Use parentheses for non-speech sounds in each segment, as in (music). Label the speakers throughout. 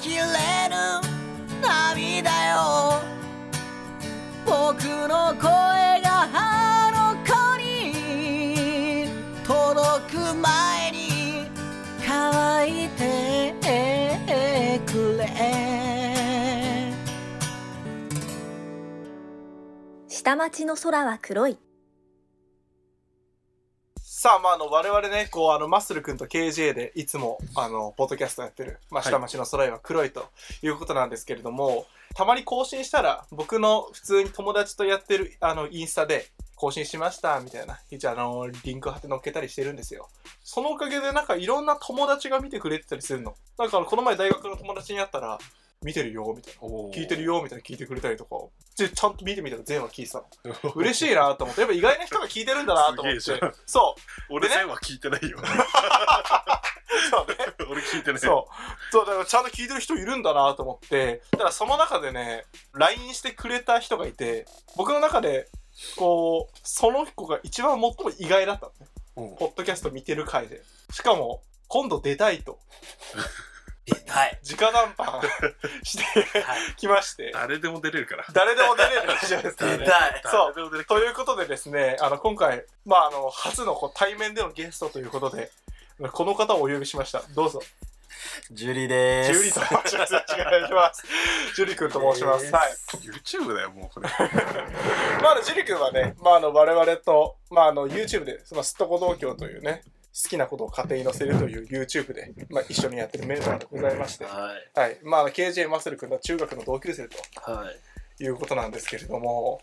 Speaker 1: きれぬ涙よ僕の声があの子に届く前に乾いてくれ
Speaker 2: 下町の空は黒い。
Speaker 3: さあ、まあ、あの、我々ね、こう、あの、マッスル君と KJ で、いつも、あの、ポッドキャストやってる、まあ、
Speaker 4: はい
Speaker 3: 下町の空へは黒いということなんですけれども、たまに更新したら、僕の普通に友達とやってる、あの、インスタで、更新しました、みたいな、一応、あの、リンク貼って載っけたりしてるんですよ。そのおかげで、なんか、いろんな友達が見てくれてたりするの。だから、この前、大学の友達に会ったら、見てるよ、みたいな。聞いてるよ、みたいな聞いてくれたりとか、でちゃんと見てみたら全話聞いてたの。
Speaker 4: (laughs)
Speaker 3: 嬉しいなと思って、やっぱ意外な人が聞いてるんだなと思っ
Speaker 4: すげえ
Speaker 3: て
Speaker 4: じゃん。
Speaker 3: そう。
Speaker 4: 俺全は聞いてないよ
Speaker 3: そうね。
Speaker 4: (laughs) 俺聞いてない
Speaker 3: そう。そう、だからちゃんと聞いてる人いるんだなと思って、だからその中でね、LINE してくれた人がいて、僕の中で、こう、その子が一番最も意外だったのね。
Speaker 4: うん
Speaker 3: ポッドキャスト見てる回で。しかも、今度出たいと、
Speaker 1: 出たい
Speaker 3: 直談判して (laughs) きまして、
Speaker 4: 誰でも出れるから
Speaker 3: (laughs) 誰でも出れる話です
Speaker 1: 出
Speaker 3: ね。
Speaker 1: たい
Speaker 3: そう
Speaker 4: 誰でも出れる
Speaker 3: ということでですね、あの今回、まあ、あの初のこう対面でのゲストということで、この方をお呼びしました。どうぞ。
Speaker 1: ジュリーで
Speaker 3: ジ
Speaker 1: す
Speaker 3: ュリーと申します。 (laughs) 違います。ジュリー君と申します。はい。
Speaker 4: YouTube だよもうこれ
Speaker 3: まあ、あのジュリー君はね、まあ、あの我々と、まあ、あの YouTube で、まあ、すっとこ同居というね、好きなことを家庭に載せるという YouTube で、まあ、一緒にやってるメンバーでございまして、
Speaker 4: はい
Speaker 3: はい。まああの、KJ マッセル君とは中学の同級生と
Speaker 5: は
Speaker 3: いうことなんですけれども、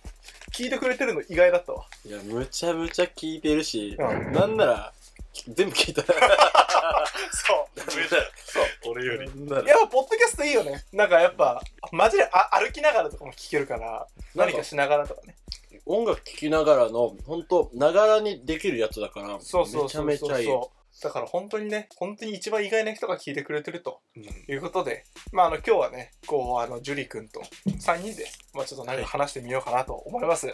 Speaker 3: 聞いてくれてるの意外だったわ。
Speaker 5: い。いや、むちゃむちゃ聞いてるし、
Speaker 3: うん
Speaker 5: なんなら、全部聞い
Speaker 3: (laughs)
Speaker 5: た。
Speaker 3: そう。そう
Speaker 4: 俺より
Speaker 5: なんなら
Speaker 3: いや、ポッドキャストいいよね。なんかやっぱ、マジであ歩きながらとかも聞けるから、何かしながらとかね。
Speaker 5: 音楽聴きながらの、ほんと、ながらにできるやつだから、
Speaker 3: そうそうそうそう。
Speaker 5: めちゃめちゃいい。
Speaker 3: だから本当にね、本当に一番意外な人が聞いてくれてるということで、まあ、あの、今日はね、こう、あの、ジュリ君と3人で、まあ、ちょっと何か話してみようかなと思います。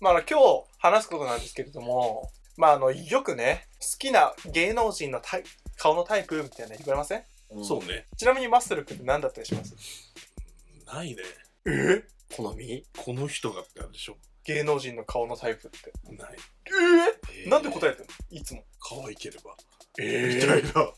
Speaker 3: まあ、あの、今日話すことなんですけれども、まあ、あの、よくね、好きな芸能人のタイ顔のタイプみたいなの言われません
Speaker 5: ん
Speaker 4: そう。ね
Speaker 3: ちなみにマッスル君って何だったりします
Speaker 4: ないね
Speaker 3: え
Speaker 5: 好み
Speaker 4: この人がってあるでしょ
Speaker 3: 芸能人の顔のタイプって。
Speaker 4: ない
Speaker 3: え
Speaker 4: えー
Speaker 3: なんで答えてるのいつも。
Speaker 4: 可愛ければ
Speaker 3: え
Speaker 4: みたいな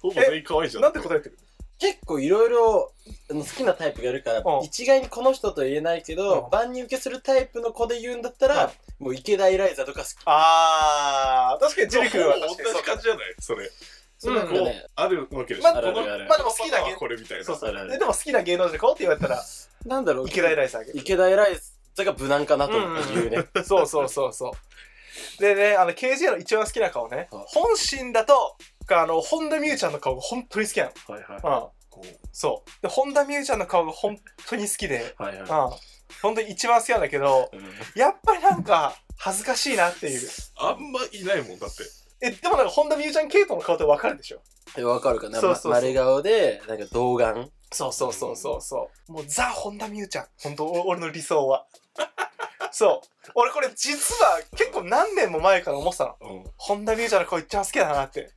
Speaker 4: ほぼ全員可愛いじゃん
Speaker 3: なんで答えてる
Speaker 5: 結構いろいろあの好きなタイプがいるから
Speaker 3: うん、
Speaker 5: 一概にこの人と言えないけ
Speaker 3: うん
Speaker 5: ど、万人受けするタイプの子で言うんだったら、もう池田エライザとか好き。
Speaker 3: あー、確かにジ
Speaker 4: ジ
Speaker 3: ュ
Speaker 4: ュ
Speaker 3: リ
Speaker 4: リ
Speaker 3: 君
Speaker 4: 君
Speaker 3: は確かにそう
Speaker 4: は同じ
Speaker 3: か
Speaker 4: 感じじゃないそれ
Speaker 5: そうなんか
Speaker 4: こう
Speaker 5: ね、
Speaker 4: あるわけでしょ
Speaker 3: まあ、
Speaker 5: あるある
Speaker 3: この
Speaker 5: ある
Speaker 3: まあでも好きな
Speaker 4: パターン
Speaker 3: 芸
Speaker 4: はこれみたいな
Speaker 3: そうそ
Speaker 5: あるあ
Speaker 3: う。
Speaker 5: る
Speaker 3: ででも好きな芸能人こうって言われたら、
Speaker 5: なんだろう、
Speaker 3: 池田エライさんあげる。
Speaker 5: 池田エライザが無難かなというね。
Speaker 3: そうそうそうそう。でね、あの、KJ の一番好きな顔ね、
Speaker 5: はい
Speaker 3: 本心だと、あの、本田美優ちゃんの顔が本当に好きな
Speaker 4: はいはい
Speaker 3: の。うん。
Speaker 4: こ
Speaker 3: そう。で、本田美優ちゃんの顔が本当に好きで、
Speaker 4: うはい
Speaker 3: うん
Speaker 4: は。
Speaker 3: 本当に一番好きなんだけど、
Speaker 4: いうん
Speaker 3: やっぱりなんか、恥ずかしいなっていう。
Speaker 4: あんまいないもんだって
Speaker 3: え、でもなんか、本田美優ちゃん系統の顔ってわかるでしょ
Speaker 5: えわかるかな
Speaker 3: そうそうそう
Speaker 5: ま丸顔で、なんか童顔。
Speaker 3: そうそうそうそうそう。もうザ・本田美優ちゃん。本当お俺の理想は。 (laughs) そう。俺これ実は結構何年も前から思ってたの。
Speaker 4: うん
Speaker 3: 本田美優ちゃんの顔一番好きだなって。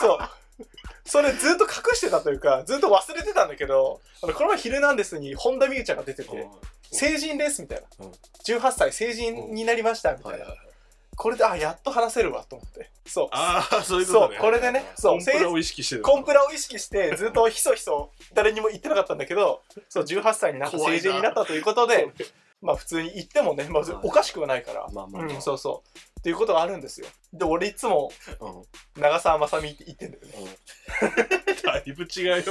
Speaker 3: そう。それずっと隠してたというか、ずっと忘れてたんだけど、あのこの前ヒルナンデスに本田美優ちゃんが出てて、成人ですみたいな
Speaker 5: うん。
Speaker 3: 18歳成人になりましたみたいな。これで、あ、やっと話せるわと思って。そう。
Speaker 4: ああそういうこと
Speaker 3: そ
Speaker 4: ね
Speaker 3: う、これでね、そ
Speaker 4: コ
Speaker 3: う、
Speaker 4: ンプラを意識して
Speaker 3: (laughs)
Speaker 4: る
Speaker 3: コンプラを意識してずっとひそひそ誰にも言ってなかったんだけどそう18歳になった
Speaker 4: 怖い
Speaker 3: 成
Speaker 4: な
Speaker 3: 人になったということでまあ普通に言ってもね、まあ
Speaker 5: はい、
Speaker 3: おかしくはないから、
Speaker 5: まあまあまあ
Speaker 3: うん、そうそうっていうことがあるんですよで俺いつも
Speaker 5: うん
Speaker 3: 長澤まさみって言ってんだよね
Speaker 4: だいぶ違うよだい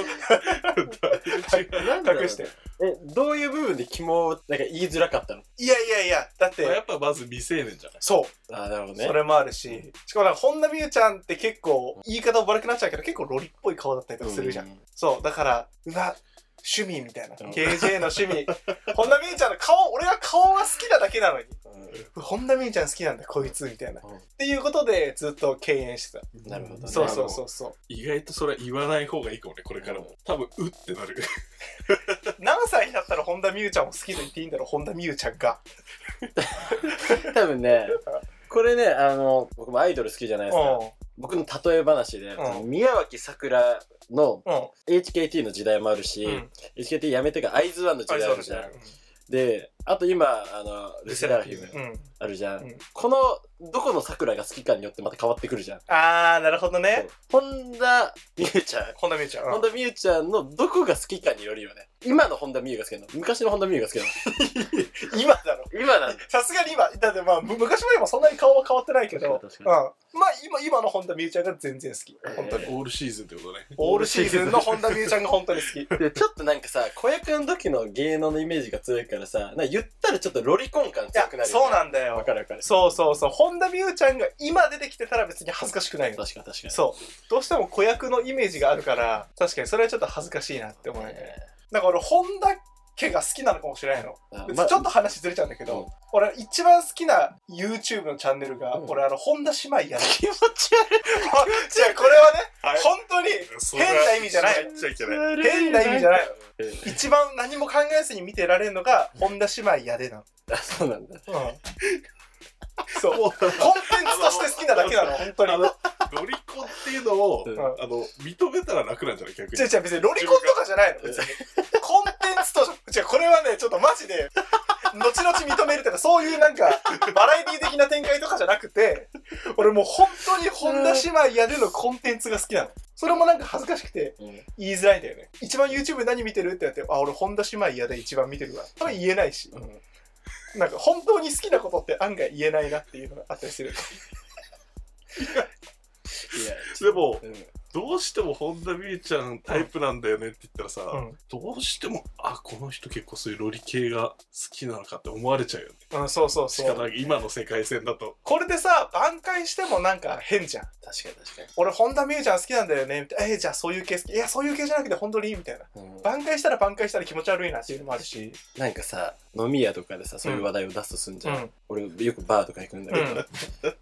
Speaker 4: ぶ違う
Speaker 5: なんだろ
Speaker 3: (laughs)
Speaker 5: う
Speaker 3: 隠して
Speaker 5: え、どういう部分で肝をなんか言いづらかったの
Speaker 3: いやいやいやだっ
Speaker 4: まあや
Speaker 3: て
Speaker 4: っぱまず未成年じゃない
Speaker 3: そう
Speaker 5: ああ、なるほどね
Speaker 3: そ。れもあるし、しかもなんか本田美優ちゃんって結構言い方悪くなっちゃうけど結構ロリっぽい顔だったりとかするじゃん、
Speaker 5: うん
Speaker 3: そうだからうわ趣味みたいな
Speaker 5: うん
Speaker 3: KJ の趣味本田美優ちゃんの顔俺が顔が好きなだけなのに本田美優ちゃん好きなんだこいつみたいな、
Speaker 5: うん
Speaker 3: っていうことでずっと敬遠してた、
Speaker 5: なるほどね。
Speaker 3: そうそうそうそう
Speaker 4: 意外とそれは言わない方がいいかもねこれからも多分うってなる
Speaker 3: 何歳になったら本田美優ちゃんを好きと言っていいんだろう本田美優ちゃんが
Speaker 5: 多分ね、これね、あの、僕もアイドル好きじゃないですか。
Speaker 3: う
Speaker 5: 僕の例え話で、
Speaker 3: うん
Speaker 5: 宮脇さくらの
Speaker 3: うん。
Speaker 5: HKT の時代もあるし、
Speaker 3: うん。
Speaker 5: HKT 辞めてからアイズワンの時
Speaker 3: あれ
Speaker 5: 代
Speaker 3: そ
Speaker 5: あ
Speaker 3: う
Speaker 5: る
Speaker 3: だ
Speaker 5: じゃん
Speaker 3: ね。。
Speaker 5: で、あと今、あの、ルセラフィム
Speaker 3: うん。うん
Speaker 5: あるじゃん。
Speaker 3: うん
Speaker 5: この、どこの桜が好きかによってまた変わってくるじゃん。
Speaker 3: あー、なるほどね。
Speaker 5: 本田美優ちゃん。
Speaker 3: 本田美優ちゃん。
Speaker 5: 本田美優ちゃんのどこが好きかによるよね。今の本田美優が好きなの昔の本田美優が好きな
Speaker 3: 今だろ。
Speaker 5: の今なんだ。
Speaker 3: さすがに今、だってまあ、む昔も今そんなに顔は変わってないけど、うん。
Speaker 5: 確かに確
Speaker 3: まあ、今、今の本田美優ちゃんが全然好き。本当に。
Speaker 4: オールシーズンってことね。
Speaker 3: オールシーズンの本田美優ちゃんが本当に好
Speaker 5: (laughs)
Speaker 3: き。
Speaker 5: で、ちょっとなんかさ、子役の時の芸能のイメージが強いからさ、なんか言ったらちょっとロリコン感強くなるよね、
Speaker 3: そうなんだ
Speaker 5: わ
Speaker 3: よ。
Speaker 5: かるわかる。
Speaker 3: そうそうそう。本田美優ちゃんが今出てきてたら別に恥ずかしくないの。
Speaker 5: 確かに確かに。
Speaker 3: そう。どうしても子役のイメージがあるから、確かにそれはちょっと恥ずかしいなって思うよね。
Speaker 5: え
Speaker 3: なんか俺、本田家が好きなのかもしれないの。
Speaker 5: ーあ
Speaker 3: 別
Speaker 5: ま
Speaker 3: にちょっと話ずれちゃうんだけど、
Speaker 5: うん
Speaker 3: 俺一番好きな YouTube のチャンネルが、
Speaker 5: うん
Speaker 3: 俺あの本田姉妹やる
Speaker 5: 気持ち悪い。
Speaker 3: (laughs) じゃあこれはね
Speaker 4: はい
Speaker 3: 本当に変な意味じゃない
Speaker 4: やっちゃいけない。
Speaker 3: 変な意味じゃない
Speaker 5: え
Speaker 3: 一番何も考えずに見てられるのが本田姉妹やでなの、
Speaker 5: ーあ、そうなんだ。
Speaker 3: うん、そうコンテンツとして好きなだけなの本当に
Speaker 4: あのロリコンっていうのを、
Speaker 5: うん
Speaker 4: あの、認めたら楽なんじゃない逆
Speaker 3: じゃ
Speaker 4: に。
Speaker 3: じゃ別にロリコンとかじゃないの別にコンテンツとしてじゃこれはねちょっとマジで後々認めるとかそういうなんかバラエティ的な展開とかじゃなくて俺もう本当に本田姉妹やでのコンテンツが好きなのそれもなんか恥ずかしくて
Speaker 5: うん
Speaker 3: 言いづらいんだよね一番 YouTube 何見てるってやってあ俺本田姉妹やで一番見てるわ多分言えないし、なんか本当に好きなことって案外言えないなっていうのがあったりする
Speaker 4: でも
Speaker 5: い、や、うん。
Speaker 4: どうしても本田美優ちゃんタイプなんだよねって言ったらさ、
Speaker 3: うん
Speaker 4: どうしても、あ、この人結構そういうロリ系が好きなのかって思われちゃうよね。
Speaker 3: うんそうそう
Speaker 4: し
Speaker 3: そ
Speaker 4: か
Speaker 3: う
Speaker 4: も今の世界線だと。
Speaker 3: これでさ挽回してもなんか変じゃん
Speaker 5: 確かに確かに。
Speaker 3: 俺、本田美優ちゃん好きなんだよね。みたいなえー、じゃあそういう系好き。いや、そういう系じゃなくて本当にいいみたいな。
Speaker 5: うん
Speaker 3: 挽回したら挽回したら気持ち悪いなっていうのもあるし。
Speaker 5: なんかさ、飲み屋とかでさ、そういう話題を出すとすんじゃん。
Speaker 3: うん
Speaker 5: 俺、よくバーとか行くんだけど、
Speaker 3: うん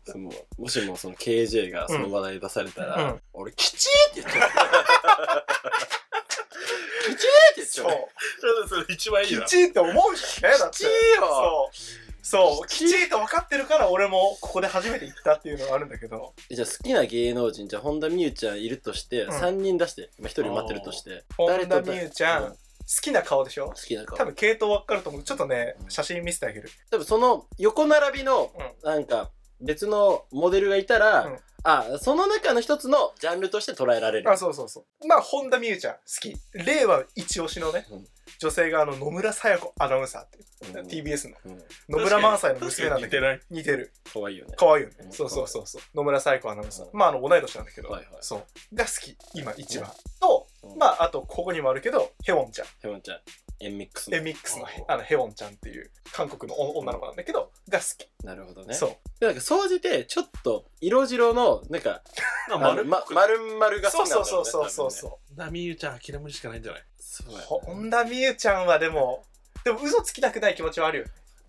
Speaker 5: そのもしもその KJ がその話題出されたら、
Speaker 3: うん
Speaker 5: 俺、きちーって言っち
Speaker 3: (laughs)
Speaker 5: ゃう。きちーって言っち
Speaker 3: そ
Speaker 5: ゃ
Speaker 3: う
Speaker 5: う。。
Speaker 4: それ一番い
Speaker 3: き
Speaker 4: いな。
Speaker 3: ちいって思うしね、だっ
Speaker 5: きち
Speaker 3: て
Speaker 5: ー。よ
Speaker 3: そう。そう。きちいと分かってるから俺もここで初めて行ったっていうのがあるんだけど。
Speaker 5: じゃあ好きな芸能人、じゃあ本田望結ちゃんいるとして、
Speaker 3: ん
Speaker 5: 三3人出して、まあ、1人待ってるとして、
Speaker 3: 本田美
Speaker 5: 誰
Speaker 3: 優
Speaker 5: と
Speaker 3: ちゃん、
Speaker 5: うん
Speaker 3: 好きな顔でしょ
Speaker 5: 好きな顔
Speaker 3: 多分系統分かると思う。ちょっとね、写真見せてあげる。
Speaker 5: 多分その横並びの
Speaker 3: う
Speaker 5: なんか別のモデルがいたら、
Speaker 3: うん
Speaker 5: あその中の一つのジャンルとして捉えられる
Speaker 3: あ、そうそうそう。まあ、本田美優ちゃん、好き。令和一押しのね、
Speaker 5: うん
Speaker 3: 女性があの野村さや子アナウンサーっていう。
Speaker 5: うん
Speaker 3: TBS の。
Speaker 5: うん
Speaker 3: 野村萬斎の娘なんだけど。
Speaker 4: 確
Speaker 3: 似てる。
Speaker 5: 可愛いよね
Speaker 3: 可愛いよね
Speaker 5: う。ん
Speaker 3: そうそうそうそう。野村彩子アナウンサー。
Speaker 5: うん
Speaker 3: まああの同い年なんだけど、
Speaker 5: はいはい
Speaker 3: そうが好き今一番と、
Speaker 5: うん
Speaker 3: まああとここにもあるけどヘウォンちゃん、
Speaker 5: ヘモンちゃんエンミックス
Speaker 3: エ
Speaker 5: の
Speaker 3: ミックスの
Speaker 5: うん
Speaker 3: あのヘウォンちゃんっていう韓国のお女の子なんだけどが好き。
Speaker 5: なるほどね
Speaker 3: そう
Speaker 5: でなんか総じてちょっと色白のなんか
Speaker 4: なんか
Speaker 5: あの
Speaker 4: 丸
Speaker 5: ま丸々が
Speaker 3: そ
Speaker 5: 好きな
Speaker 3: うん
Speaker 5: だろ
Speaker 3: そうう
Speaker 5: ね
Speaker 3: そうそうそう
Speaker 5: う
Speaker 3: そ
Speaker 4: 本田美優ちゃん諦めるしかないんじゃないう
Speaker 5: そう
Speaker 3: う。
Speaker 5: やね
Speaker 3: 本田美優ちゃんはでもでも嘘つきたくない気持ちはあるよ。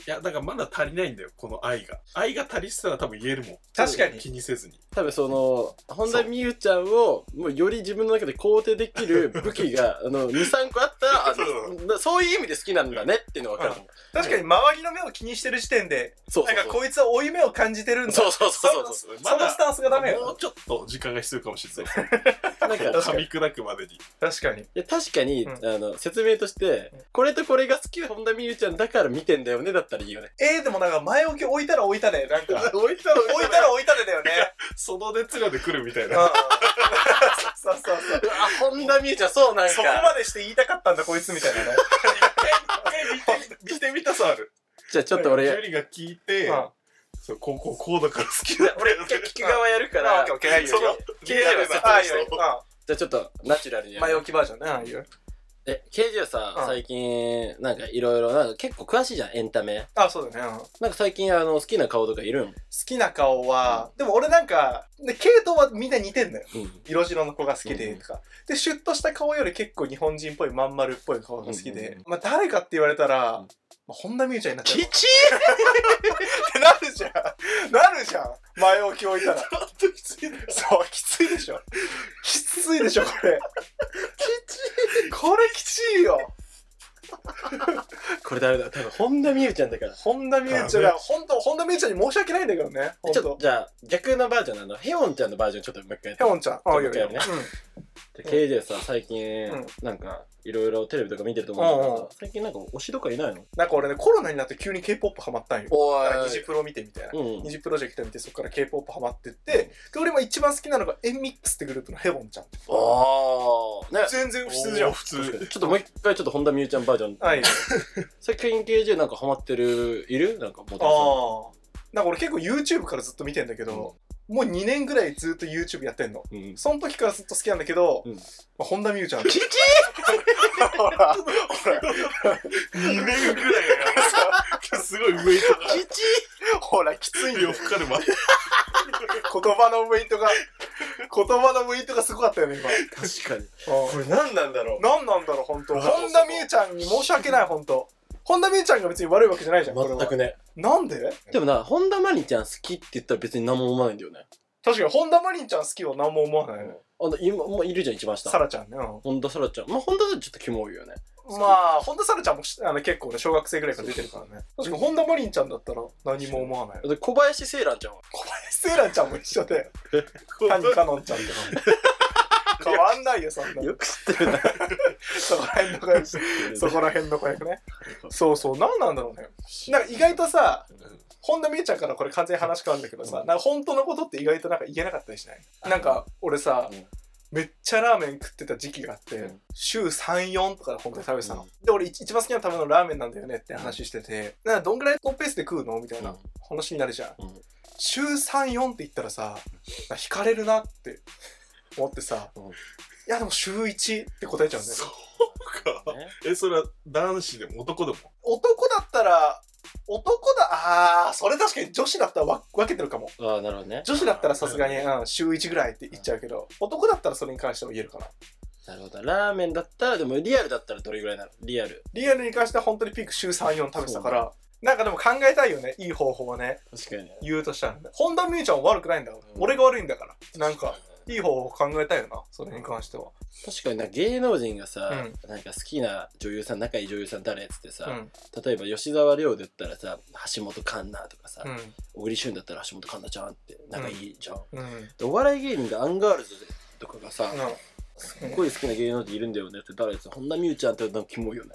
Speaker 4: いや、だからまだ足りないんだよ、この愛が。愛が足りてたら多分言えるもん。
Speaker 3: 確かに
Speaker 4: 気にせずに。
Speaker 5: 多分その本田美優ちゃんをもうより自分の中で肯定できる武器があの23個あったらあなそういう意味で好きなんだねっていうのが分かると思う
Speaker 3: 確かに周りの目を気にしてる時点で、
Speaker 5: そう
Speaker 3: なんかこいつは負い目を感じてるんだ。
Speaker 5: そうそうそうそうそう
Speaker 3: そのスタンスがダメ
Speaker 4: も
Speaker 3: よ
Speaker 4: う。ちょっと時間が必要かもしれない。
Speaker 5: なんか
Speaker 4: 噛み砕くまでに。
Speaker 3: 確かに。
Speaker 5: いや確かに、
Speaker 3: うん
Speaker 5: あの説明として
Speaker 3: うん
Speaker 5: これとこれが好きな本田美優ちゃんだから見てんだよねだったらいいよね
Speaker 3: えー、でもなんか前置き置いたら置いたで、なんか。
Speaker 5: (laughs) 置いたら
Speaker 3: 置いたら置いたでだよね。
Speaker 4: その熱量で来るみたい
Speaker 3: うん。
Speaker 4: な。
Speaker 3: (laughs) そうそうそう。
Speaker 5: あ本田美優ちゃんそうなんか
Speaker 3: そこまでして言いたかったんだこいつみたいなね
Speaker 4: 見てみたさある。
Speaker 5: じゃあちょっと俺
Speaker 4: ジュリが聞いて、
Speaker 3: うん
Speaker 4: そうこうこうこうだから好きだ。
Speaker 5: 俺一回聞く側やるから
Speaker 3: あオッケーオッケー
Speaker 5: その
Speaker 3: いいよ
Speaker 5: ケージは
Speaker 4: そう
Speaker 5: さ
Speaker 3: ああいい
Speaker 4: そう
Speaker 3: よ
Speaker 5: じゃあちょっとナチュラルに
Speaker 3: うん
Speaker 5: やる
Speaker 3: 前置きバージョンねああいう
Speaker 5: えケージはさ、
Speaker 3: うん
Speaker 5: 最近なんかいろいろなんか結構詳しいじゃんエンタメ
Speaker 3: あそうだね、うん好
Speaker 5: なんか最近あの好きな顔とかいるん
Speaker 3: きな顔は、でも俺なんかで系統はみんな似てんだよ
Speaker 5: うん
Speaker 3: 色白の子が好きでとか、でシュッとした顔より結構日本人っぽいまん丸っぽい顔が好きで、
Speaker 5: うんうんうん
Speaker 3: まあ誰かって言われたら、
Speaker 5: うん
Speaker 3: まあ、本田美優ちゃんになっ (laughs) ちゃうっ
Speaker 5: ち
Speaker 3: てなるじゃんなるじゃん前置き置いたらそうきついでしょきついでしょこれきちいこれきちいよ
Speaker 5: (laughs) これ誰だ多分本田望結ちゃんだから。
Speaker 3: 本田美優ちゃんが、本当、本田美優ちゃんに申し訳ないんだけどね。本
Speaker 5: ちょっと
Speaker 3: 当。
Speaker 5: じゃあ逆のバージョンなのヘヨンちゃんのバージョンちょっともう一回やって
Speaker 3: ヘオンちゃん。あ、いいよいいよ
Speaker 5: ちょっと KJ さ最近、
Speaker 3: うん
Speaker 5: なんかいろいろテレビとか見てると思うんだけど、
Speaker 3: うんうん
Speaker 5: 最近なんか推しとかいないの
Speaker 3: なんか俺ね、コロナになって急に K-POP ハマったんよ。
Speaker 5: お
Speaker 3: だから二次プロ見てみたいな。
Speaker 5: うん
Speaker 3: 二次プロジェクト見て、そこから K-POP ハマってって、で、俺も一番好きなのが NMIX ってグループのヘボンちゃん。
Speaker 5: おーね
Speaker 3: 全然普通じゃん。
Speaker 4: 普
Speaker 5: 確か
Speaker 4: 通
Speaker 5: にちょっともう一回ちょっと本田望結ちゃんバージョン、
Speaker 3: はい。
Speaker 5: 最近 KJ なんかハマってるいるなんかモデルさん
Speaker 3: ああ。なんか俺結構 YouTube からずっと見てんだけど、もう2年ぐらいずっと YouTube やってんの。
Speaker 5: うん
Speaker 3: その時からずっと好きなんだけど、
Speaker 5: うん
Speaker 3: まあ、本田美優ちゃん。キキ
Speaker 4: ほらほら2年ぐらいがすごいウェイト
Speaker 3: (laughs)
Speaker 4: が
Speaker 3: ほら、きついよ
Speaker 4: 呂。布カルマ
Speaker 3: 言葉のウェイトが、言葉のウェイトがすごかったよね、
Speaker 5: 確かに
Speaker 3: 今。うん
Speaker 4: れ何なんだろ
Speaker 3: 何なんだろう、本当
Speaker 4: あ
Speaker 3: 本田美優ちゃんに申し訳ない、本当本田美優ちゃんが別に悪いわけじゃないじゃん、これは
Speaker 5: 全くね
Speaker 3: なんで
Speaker 5: でもな本田真凜ちゃん好きって言ったら別に何も思わないんだよね
Speaker 3: 確かに本田真凛ちゃん好きは何も思わないね。
Speaker 5: あの今もういるじゃん一番下
Speaker 3: サラちゃんね。うん
Speaker 5: 本田沙羅ちゃんまあ本田沙羅ちょっとキモいよね
Speaker 3: まあ、本田サラちゃんもしあの結構ね、小学生ぐらいから出てるからね。確かに本田真凛ちゃんだったら何も思わない。
Speaker 5: で小林セイランちゃんは
Speaker 3: 小林セイラちゃんも一緒で、
Speaker 4: う
Speaker 3: 谷香音ちゃんとかも。変わんないよ、そんな。
Speaker 5: (laughs) よく知ってるな
Speaker 3: そこら辺の子役。 (laughs) そこら辺の子役ね。そうそう、何なんだろうね。なんか意外とさ、本田美優ちゃんからこれ完全に話変わるんだけどさ、なんか本当のことって意外となんか言えなかったりしないなんか俺さ、
Speaker 5: うん
Speaker 3: めっちゃラーメン食ってた時期があって、
Speaker 5: うん
Speaker 3: 週34とかで本当に食べてたの、
Speaker 5: うん
Speaker 3: で俺一一番好きな食べ物ラーメンなんだよねって話してて、なんかどんぐらいのペースで食うのみたいな話になるじゃん、
Speaker 5: うん
Speaker 3: 週34って言ったらさ惹かれるなって思ってさ、
Speaker 5: うん
Speaker 3: いやでも週1って答えちゃうんだよね
Speaker 4: そうか
Speaker 5: ね
Speaker 4: えそれは男子でも男でも
Speaker 3: 男だったら男だあーそれ確かに女子だったらわ分けてるかも
Speaker 5: ああなるほどね
Speaker 3: 女子だったらさすがに、うん、週1ぐらいって言っちゃうけど、男だったらそれに関しては言えるかな。
Speaker 5: なるほどラーメンだったらでもリアルだったらどれぐらいなのリアル
Speaker 3: リアルに関しては本当にピーク週3、4食べてたから、なんかでも考えたいよね、いい方法をね、
Speaker 5: 確かにね
Speaker 3: 言うとしたら。本田美優ちゃんは悪くないんだから、
Speaker 5: うん
Speaker 3: 俺が悪いんだから。なんか、いい方法を考えたいよな、それに関しては。
Speaker 5: 確かにな芸能人がさ、
Speaker 3: う
Speaker 5: なんか好きな女優さん仲いい女優さん誰っつって
Speaker 3: う
Speaker 5: さ、
Speaker 3: ん。
Speaker 5: 例えば吉沢亮で言ったらさ橋本環奈とかさ、
Speaker 3: うん。
Speaker 5: 小栗旬だったら橋本環奈ちゃんって仲いいじゃん、
Speaker 3: うん。
Speaker 5: でお笑い芸人がアンガールズとかがさ、
Speaker 3: うん
Speaker 5: すっごい好きな芸能人いるんだよねって誰っつって本田望結ちゃんってなんかキモいよね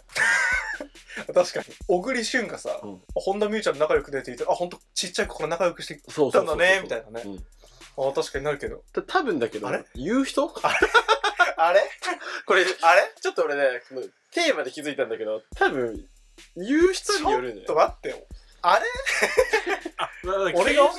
Speaker 3: 確かに。小栗旬がさ、
Speaker 5: うん
Speaker 3: 本田美優ちゃんと仲良く出ていて、あ、本当ちっちゃい子から仲良くして、
Speaker 5: そうそうそう
Speaker 3: だからねみたいなね
Speaker 5: うんで
Speaker 3: あ、確かになるけど。
Speaker 5: 多分だけど
Speaker 3: あれ
Speaker 5: 言う人こ
Speaker 3: あれ
Speaker 5: れ
Speaker 3: あれ
Speaker 5: ちょっと俺ねこのテーマで気づいたんだけど多分言う人
Speaker 3: ち
Speaker 5: による
Speaker 3: ょ
Speaker 5: ね
Speaker 3: っと待ってよ。あれ俺
Speaker 4: 俺
Speaker 3: が
Speaker 4: が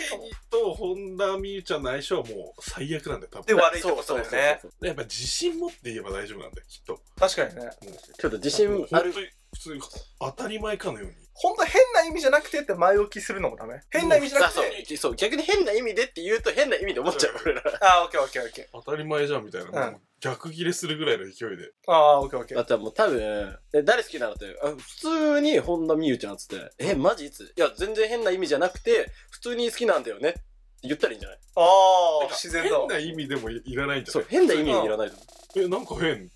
Speaker 4: と本田美優ちゃんの相性はもう最悪なんだよ多
Speaker 3: で
Speaker 4: 分
Speaker 3: 悪いってことだよね。
Speaker 4: やっぱ自信持って言えば大丈夫なんだよきっと
Speaker 3: 確かにね。
Speaker 5: ちょっと自信あ
Speaker 4: 本
Speaker 5: る
Speaker 4: 当に普通に当たり前かのように
Speaker 3: 本当変な意味じゃなくてって前置きするのもダメ変な意味じゃなくて、
Speaker 5: あそうそう逆に変な意味でって言うと変な意味で思っちゃう
Speaker 4: うん
Speaker 5: 俺ら
Speaker 3: ああオッケーオッケーオッケ
Speaker 4: 当たり前じゃんみたいな、
Speaker 3: うん
Speaker 4: もう逆切れするぐらいの勢いで
Speaker 3: ーああオッケーオッケー
Speaker 5: あとはもう多分え誰好きなのってあ普通に本田望結ちゃんっつってえマジいついや全然変な意味じゃなくて普通に好きなんだよねって言ったらいいんじゃない
Speaker 3: ああ
Speaker 4: なんか
Speaker 3: 自然だ
Speaker 4: 変な意味でもいらないんじゃ
Speaker 5: そ
Speaker 4: な
Speaker 5: う
Speaker 4: い
Speaker 5: 変な意味でいらないと思
Speaker 4: えなんか変って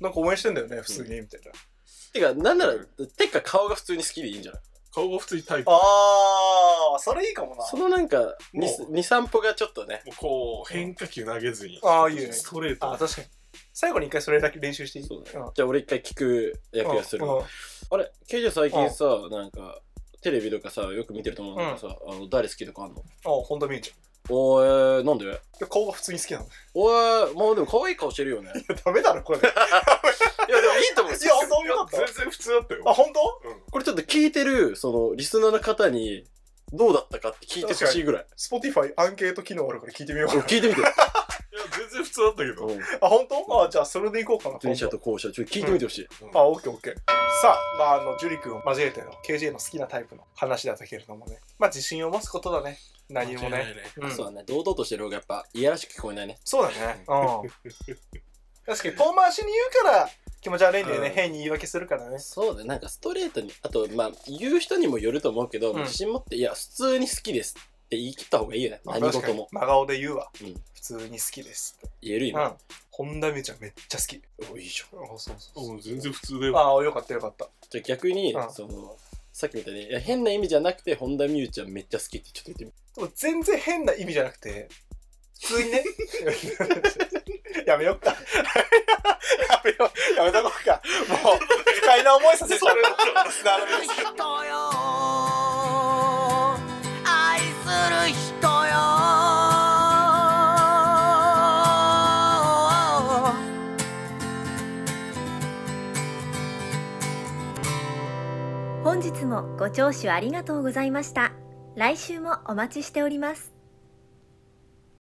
Speaker 3: なんか応援してんだよね普通にみたいな、
Speaker 5: うてかなんならてか顔が普通に好きでいいんじゃない
Speaker 4: 顔が普通にタイプも
Speaker 3: ああそれいいかもな
Speaker 5: そのなんか
Speaker 4: もう
Speaker 5: 23歩がちょっとね
Speaker 4: うこう変化球投げずに
Speaker 3: ああいいね
Speaker 4: ストレー
Speaker 3: あ
Speaker 4: ト
Speaker 3: あ確かに最後に一回それだけ練習していい
Speaker 5: そうだ
Speaker 3: ん
Speaker 5: じゃあ俺一回聞く役やする
Speaker 3: うんうん
Speaker 5: あれケイジ最近さなんかテレビとかさよく見てると思うんだけどさ、あの誰好きとかあんの
Speaker 3: あ本田美優ちゃんい
Speaker 5: おー、えー、なんで
Speaker 3: や顔が普通に好きなの (laughs) い
Speaker 5: おー、まあでも可愛い顔してる
Speaker 3: (laughs)
Speaker 5: よね。いや、
Speaker 3: やダメだろこれいや
Speaker 5: でもいいと思う。
Speaker 3: いや本当よかった
Speaker 4: 全然普通だったよ
Speaker 3: あ本当
Speaker 4: うん
Speaker 5: これちょっと聞いてる、その、リスナーの方に、どうだったかって聞いてほしいぐらい。
Speaker 3: Spotify アンケート機能あるから聞いてみよう
Speaker 5: うん
Speaker 3: か
Speaker 5: 聞いて
Speaker 3: (laughs)
Speaker 5: みて。
Speaker 4: いや全然普通だったけど、
Speaker 5: うん。
Speaker 3: なあ本当あじゃあそれでいこうかな
Speaker 5: 前者と後者、ちょっと聞いてみてほしい。
Speaker 3: あ、オッケーオッケー。さあ、まあ、あの、ジュリ君を交えての KJ の好きなタイプの話だったけれどもね。まあ、自信を持つことだね。何も
Speaker 4: 間違いな
Speaker 3: ね。
Speaker 4: いね
Speaker 3: うん
Speaker 5: そうだね、堂々としてる方がやっぱ、いやらしく聞こえないね。
Speaker 3: そうだね。うん。確かに遠回しに言うから気持ち悪いんだよね。
Speaker 4: うん
Speaker 3: 変に言い訳するからね。
Speaker 5: そうだね、なんかストレートに、あと、まあ、言う人にもよると思うけど、
Speaker 3: うん
Speaker 5: 自信持って、いや、普通に好きですって言い切った方がいいよね。
Speaker 3: まあ
Speaker 5: 何事も
Speaker 3: 確かに真顔で言うわ。
Speaker 5: うん
Speaker 3: 普通に好きです。
Speaker 5: 言える
Speaker 3: う
Speaker 5: 今。
Speaker 3: ん。本田美ちゃんめっちゃ好き。
Speaker 5: おいいじゃん。
Speaker 3: あ、そうそう
Speaker 4: うん全然普通だよ。
Speaker 3: ああ、よかったよかった。
Speaker 5: じゃあ逆に、
Speaker 3: うん
Speaker 5: その、さっきみたいに、いや変な意味じゃなくて、本田美優ちゃんめっちゃ好きってちょっと言ってみ
Speaker 3: でも全然変な意味じゃなくて、普通にね。やめよっか。や (laughs) めよう。やめとこうか。もう、不快な思いさせちゃう。なるべく
Speaker 1: 人よ愛する人よ
Speaker 2: 本日もご聴取ありがとうございました。来週もお待ちしております。